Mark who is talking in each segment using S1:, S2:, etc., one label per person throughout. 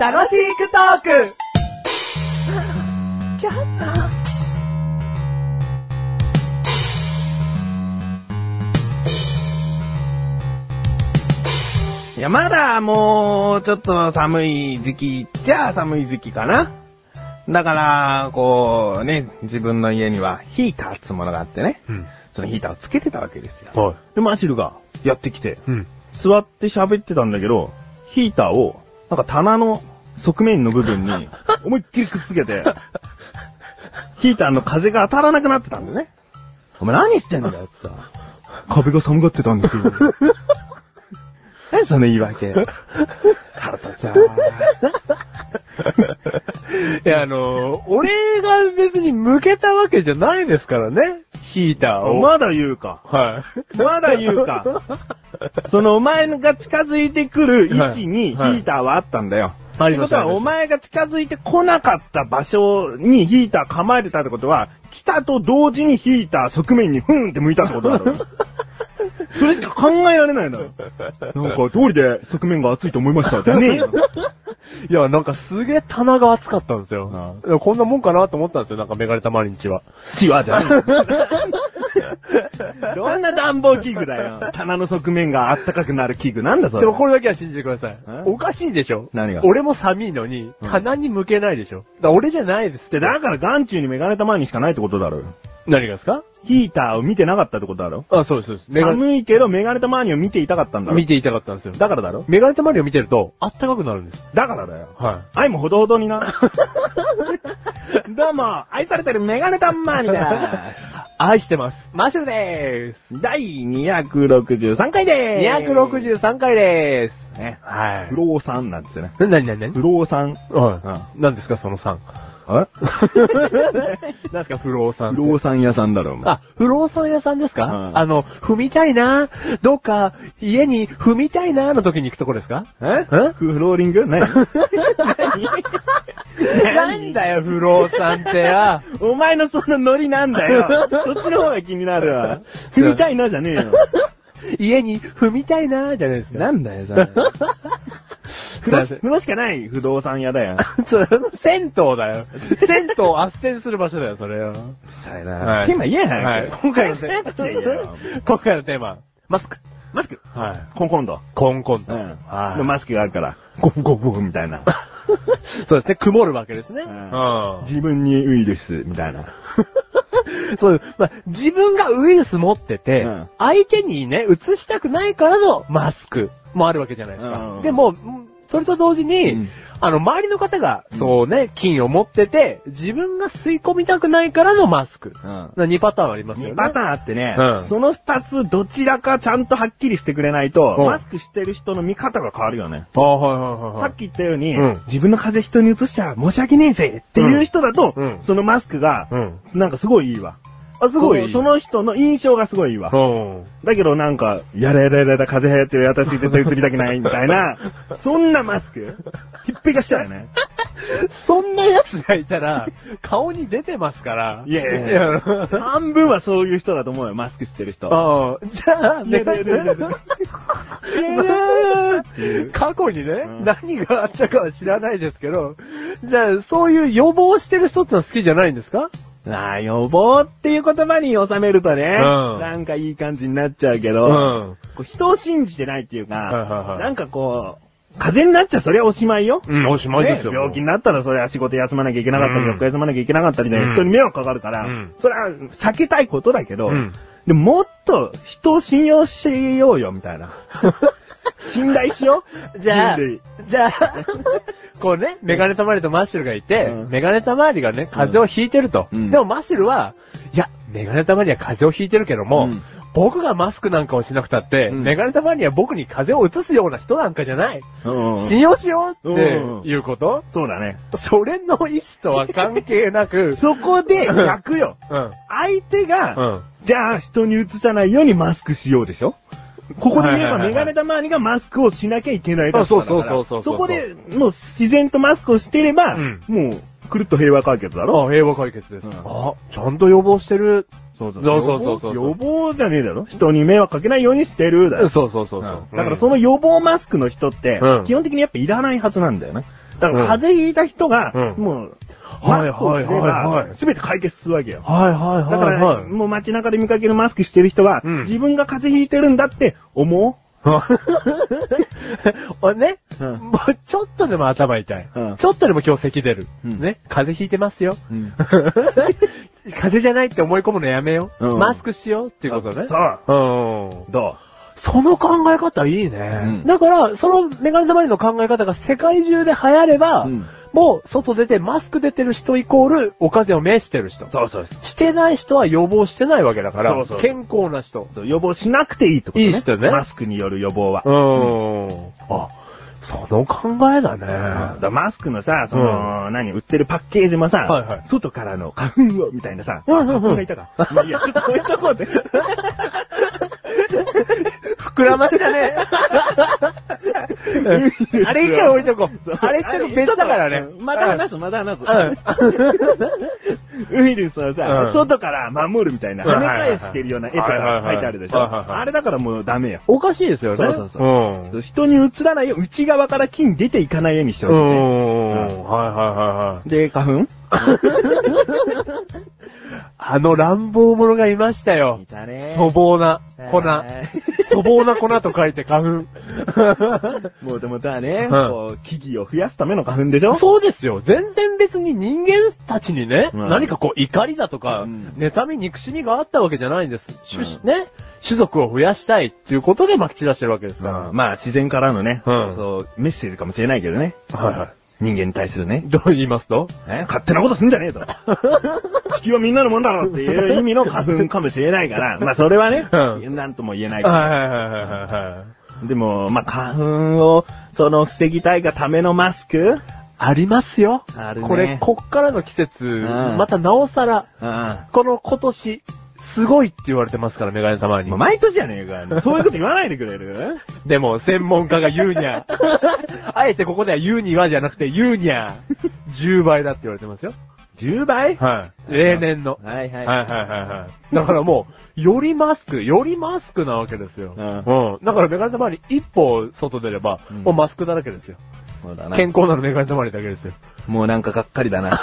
S1: 楽しくトーク
S2: いや、まだもう、ちょっと寒い時期っちゃ寒い時期かな。だから、こうね、自分の家にはヒーターっつうものがあってね。
S3: うん。
S2: そのヒーターをつけてたわけですよ。
S3: は
S2: で、マシルがやってきて、
S3: い。うん。
S2: 座って喋ってたんだけど、ヒーターを、なんか棚の側面の部分 に、思いっきりくっつけて、ヒーターの風が当たらなくなってたんだよね。お前何してんだよ、つってさ。壁が寒がってたんですよ。 何その言い訳。腹立つわ。
S3: いや、あのー俺が別に向けたわけじゃないですからね。ヒーターを。
S2: まだ言うか。
S3: は
S2: まだ言う か。そのお前が近づいてくる位置にヒ
S3: はいはい
S2: ーターはあったんだよ。
S3: あ
S2: って
S3: り
S2: こ
S3: まし
S2: と
S3: た
S2: は、お前が近づいてこなかった場所にヒーター構えてたってことは、来たと同時にヒーター側面にふーんって向いたってことだ ろ。それしか考えられないだろ。なんか、通りで側面が熱いと思いました。じゃねえよ。
S3: い。いや、なんかすげえ棚が厚かったんですよ。こんなもんかなと思ったんですよ。なんかメガネたまりんちは。
S2: チワじゃ ねえよ。どんな暖房器具だよ。棚の側面があったかくなる器具なんだそれ。
S3: でもこれだけは信じてください
S2: え。
S3: おかしいでしょ
S2: 何が
S3: 俺も寒いのに、棚に向けないでしょ。だから俺じゃないですっ
S2: で
S3: て。
S2: だから眼中にメガネたまにしかないってことだろ。
S3: 何がですか
S2: ヒーターを見てなかったってことだろ。
S3: あ、そうです、そうです。メガネ、
S2: 寒いけどメガネたまにを見ていたかったんだろ
S3: 見。ていたかったんですよ。
S2: だからだろ
S3: メガネたまりを見てると、あったかくなるんです。
S2: だからだよ。
S3: は
S2: 愛もほどほどにな。 どうも、愛されてるメガネタンマーニだ。
S3: い。愛してます。マッシュルでー す。
S2: 第263回でーす。
S3: 263回でーす。
S2: ね。
S3: はい
S2: 不。老さんなんですよね。
S3: な、なになになに
S2: 不老さん。
S3: は何ですか、その3。
S2: え
S3: 何ですか、不老さん。
S2: 不老さん屋さんだろ、お前。
S3: あ、不老さん屋さんですか、
S2: うん
S3: あの、踏みたいなどっか、家に踏みたいなの時に行くとこですか
S2: え
S3: ん
S2: フローリング 何
S3: なんだよ、不老さんってや。
S2: お前のそのノリなんだよ。そっちの方が気になるわ。踏みたいなじゃねえよ。
S3: 家に踏みたいなじゃないですか。
S2: なんだよ、そ れ。風呂し
S3: すいません
S2: 風呂しかない不動産屋だよ。
S3: それ銭湯だよ。銭湯を斡旋する場所だよ、それは。
S2: さい
S3: はい
S2: テーマ言えない、
S3: はい。今回のテ
S2: 早口で言えよ
S3: ーマ。 今回のテーマ。マスク。
S2: マスク。
S3: はい。
S2: コンコンと。
S3: コンコン
S2: う
S3: と。
S2: ん。
S3: はい
S2: のマスクがあるから、ゴフゴフゴフみたいな。
S3: そうですね、曇るわけですね。
S2: うん
S3: うん
S2: 自分にウイルス、みたいな。
S3: そう、まあ、自分がウイルス持ってて、
S2: うん
S3: 相手にね、移したくないからのマスクもあるわけじゃないですか。
S2: うん
S3: でも、んそれと同時に、
S2: うん
S3: あの、周りの方が、そうね、菌を持ってて、自分が吸い込みたくないからのマスク。
S2: うん。
S3: 2パターンありますよね。
S2: 2パターンあってね、
S3: うん
S2: その2つどちらかちゃんとはっきりしてくれないと、
S3: うん
S2: マスクしてる人の見方が変わるよね。
S3: あはいはいはい
S2: さっき言ったように、
S3: うん
S2: 自分の風邪人にうつしちゃ申し訳ねえぜっていう人だと、
S3: うんうん
S2: そのマスクが、
S3: うん。
S2: なんかすごいいいわ。
S3: あ、すごい。
S2: その人の印象がすごいいいわ。
S3: うん。
S2: だけどなんか、やだやだやだやだ、風邪流行ってる、私絶対移りたくない、みたい な、そんなマスクひっぺかしたよね。
S3: そんな奴がいたら、顔に出てますから。
S2: いやいやいや
S3: や
S2: 半分はそういう人だと思うよ、マスクしてる人。
S3: ああ、じゃあ、
S2: いやいやいやいやいやっていう
S3: 過去にね、
S2: ん
S3: 何があったかは知らないですけど、じゃあ、そういう予防してる人ってのは好きじゃないんですか
S2: まあ、予防っていう言葉に収めるとね、
S3: うん
S2: なんかいい感じになっちゃうけ
S3: う
S2: ど、
S3: ん。
S2: こう人を信じてないっていうか、
S3: はいはいはい
S2: なんかこう、風邪になっちゃそりゃおしまいよ。
S3: うん、おしまいですよ。
S2: ね病気になったらそれは仕事休まなきゃいけなかったり、
S3: うん
S2: 学校休まなきゃいけなかったりで、
S3: うん
S2: 人に迷惑かかるから、
S3: うん
S2: それは避けたいことだけど、
S3: うん
S2: でももっと人を信用しようよ、みたい な。信頼しよう。
S3: じゃあ
S2: 人類、
S3: じゃあ、 こうね、メガネたまりとマッシュルがいて、
S2: うん
S3: メガネたまりがね、風邪をひいてると。
S2: うん
S3: でもマッシュルは、いや、メガネたまりは風邪をひいてるけども、
S2: うん
S3: 僕がマスクなんかをしなくたって、
S2: うん
S3: メガネたまりは僕に風邪を移すような人なんかじゃない。
S2: うん
S3: 信用しようっていうこと、
S2: そうだね。
S3: それの意思とは関係な く、
S2: そこで逆よ。
S3: うん。
S2: 相手が、
S3: うん。
S2: じゃあ人にうつさないようにマスクしようでしょここで言えば
S3: はいはいはいはい
S2: メガネたまわりがマスクをしなきゃいけない立場だから
S3: あそうそうそうそうそう
S2: そこでもう自然とマスクをしてれば、
S3: うん
S2: もうくるっと平和解決だろ
S3: あ、平和解決です。
S2: うん
S3: あ、ちゃんと予防してる。
S2: そうそう
S3: そうそうそうそう
S2: 予防予防防じゃねえだろ人に迷惑かけないようにしてるだよ。
S3: そうそうそうそう。
S2: うんだからその予防マスクの人って
S3: う、ん
S2: 基本的にやっぱいらないはずなんだよね。だから
S3: うん
S2: 風邪ひいた人が、
S3: うん
S2: もう、マ
S3: はい
S2: スクをすれ
S3: はいはい
S2: ば
S3: は、い
S2: すべて解決するわけよ。
S3: はいはい
S2: だか
S3: はい
S2: ら、
S3: はい。
S2: もう街中で見かけるマスクしてる人は、
S3: うん
S2: 自分が風邪ひいてるんだって思
S3: 俺 ね、
S2: ううん。
S3: もうちょっとでも頭痛い。
S2: うん
S3: ちょっとでも今日咳出る。
S2: うん
S3: ね、風邪ひいてますよ。
S2: うん。
S3: 風邪じゃないって思い込むのやめよう。
S2: うん
S3: マスクしようっていうことね。
S2: さあ、
S3: うん。
S2: ど
S3: その考え方いいね。
S2: うん
S3: だから、そのメガネたまりの考え方が世界中で流行れば、
S2: うん
S3: もう外出てマスク出てる人イコールお風邪を召してる人
S2: う。そうそうそう
S3: してない人は予防してないわけだから、
S2: そうそう
S3: 健康な人。
S2: そう予防しなくていいってことね。
S3: いい人ね
S2: マスクによる予防は。
S3: うーん。あ、その考えだ
S2: だ
S3: ね。
S2: からマスクのさ、その、何、売ってるパッケージもさ、
S3: はいはい
S2: 外からの花粉を、みたいなさ、
S3: うんうんうん
S2: あ花粉がいたか。まあいいや、ちょっとこういうとこで。
S3: 膨らましたね。 あれ一回置いとこう。あれ一回別だからね。
S2: うんまだ話す、まだ話す。
S3: うん。
S2: ウイルスをさ、
S3: うん
S2: 外から守るみたいな、
S3: うん
S2: 跳ね返してるような絵と
S3: はいはい
S2: か
S3: はい
S2: 書いてあるでしょ。
S3: はいはいはい
S2: あれだからもうダメよ。
S3: おかしいですよね。
S2: そうそうそう
S3: うん。
S2: 人に移らないよう、内側から菌出ていかないようにしてほしいね。
S3: うん。はいはいはいはい。
S2: で、花粉
S3: あの乱暴者がいましたよ。
S2: たね
S3: 粗暴な粉。
S2: はい
S3: 粗暴な粉と書いて花
S2: もうでもだね、
S3: ん
S2: こう、木々を増やすための花粉でしょ
S3: 粉。そうですよ。全然別に人間たちにね、
S2: うん
S3: 何かこう怒りだとか、
S2: うん
S3: 妬み憎しみがあったわけじゃないんです。種子
S2: う
S3: ね、種族を増やしたいっていうことでまき散らしてるわけですから。
S2: まあ自然からのね、
S3: うん
S2: そう、メッセージかもしれないけどね。
S3: はいはい
S2: 人間に対するね、
S3: どう言いますと
S2: え勝手なことすんじゃねえ と。地球はみんなのもんだろっていう意味の花粉かもしれないから、まあそれはね、
S3: う
S2: なんとも言えないけど
S3: はいはいはいはいはい。
S2: でも、まあ花粉を、その、防ぎたいがためのマスク
S3: ありますよ。
S2: あるね
S3: これ、こっからの季節、
S2: ん
S3: またなおさら、
S2: あ
S3: この今年、すごいって言われてますから、メガネ様
S2: あ
S3: に。
S2: もう毎年じゃねえか。そういうこと言わないでくれる
S3: でも、専門家が言うに ゃ。あえてここでは言うにはじゃなくて、言うにゃ。10倍だって言われてますよ。
S2: ?10 倍
S3: はい。例年の。
S2: はいは。
S3: はいいはいはいはい。だからもう、よりマスク、よりマスクなわけですよ。
S2: うん
S3: うん。だからメガネ玉に一歩外出れば、
S2: うん
S3: もうマスクだらけですよ。
S2: そうだ
S3: 健康なのメガネ玉にだけですよ。
S2: もうなんかがっかりだ な。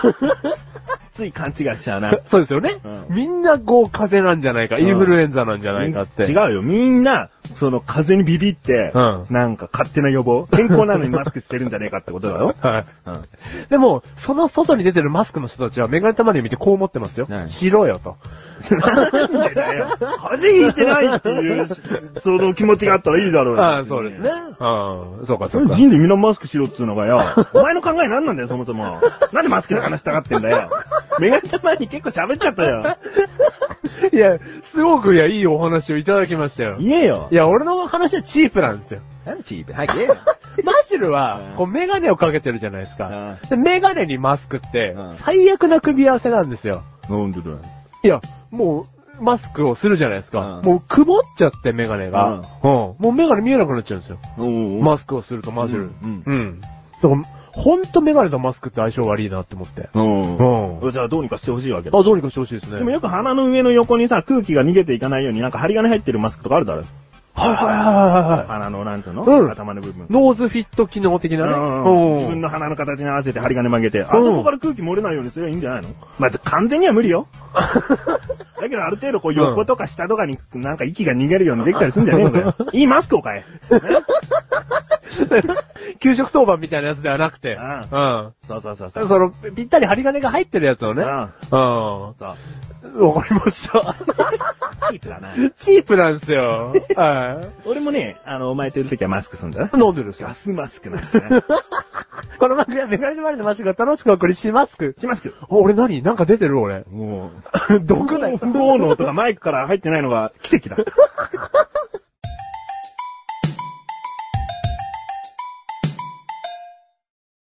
S2: つい勘違いしちゃうな。
S3: そうですよね。
S2: うん
S3: みんなこう風邪なんじゃないか、
S2: うん
S3: インフルエンザなんじゃないかって。
S2: 違うよ。みんな、その風にビビって、
S3: うん。
S2: なんか勝手な予防。健康なのにマスクしてるんじゃねえかってことだよ
S3: はい。
S2: うん。
S3: でも、その外に出てるマスクの人たちはメガネたまりを見てこう思ってますよ。
S2: はい
S3: しろよと。
S2: なんでだよ。風邪ひいてないっていう、その気持ちがあったらいいだろうよ
S3: ああ、そうですね。。うん。そうか、
S2: そ
S3: そう
S2: れ
S3: か。
S2: 人類みんなマスクしろっつうのが よ。お前の考え何なんだよ、そもそも。なんでマスクの話したがってんだよ。 メガネたまに結構喋っちゃったよ。
S3: いや、すごく、いや、いいお話をいただきましたよ。い
S2: 言えよ。
S3: や、俺の話はチープなんですよ。
S2: なんでチープはい、言えよ。
S3: マシュル
S2: う
S3: は
S2: ん、
S3: こう、メガネをかけてるじゃないですか。でメガネにマスクって
S2: うん、
S3: 最悪な組み合わせなんですよ。
S2: なんでだよ。
S3: いや、もう、マスクをするじゃないですか。
S2: うん
S3: もう曇っちゃって、メガネが。うん。もうメガネ見えなくなっちゃうんですよ。
S2: お
S3: マスクをするとマジで。
S2: うん
S3: うん。だから、ほんとメガネとマスクって相性悪いなって思って。
S2: お
S3: うん。あ、
S2: じゃあどうにかしてほしいわけだ。
S3: どうにかしてほしいですね。
S2: でもよく鼻の上の横にさ、空気が逃げていかないようになんか針金入ってるマスクとかあるだろ。
S3: はいはいはいはいは
S2: 鼻のなんつうの、
S3: うん
S2: 頭の部分
S3: い。。ノーズフィット機能的なね。
S2: うん自分
S3: の。
S2: の鼻の形に合わせて針金曲げて、あ
S3: うん
S2: そこから空気漏れないようにすればいいんじゃないのまず完全には無理 よ。だけどある程度こう横とか下とかになんか息が逃げるようにできたりするんじゃねえのかよ。いいマスクを買え。
S3: 給食当番みたいなやつではなくて。
S2: う
S3: うん。
S2: そうそうそうそう。
S3: その、ぴったり針金が入ってるやつをね。
S2: う
S3: うんん。わ
S2: そう。
S3: かりました。
S2: チープだな。
S3: チープなんですよ。は
S2: 俺もね、あの、お前といるときはマスクすんだよ
S3: い。。飲んでるんですよ。
S2: 安マスクなんです ね。
S3: この番組はメガネマリのマシュが楽しくお送りしますく。
S2: しマスク。
S3: お俺何なんか出てる俺。
S2: もう、
S3: 毒だよ。
S2: 不能の音がマイクから入ってないのが奇跡だ。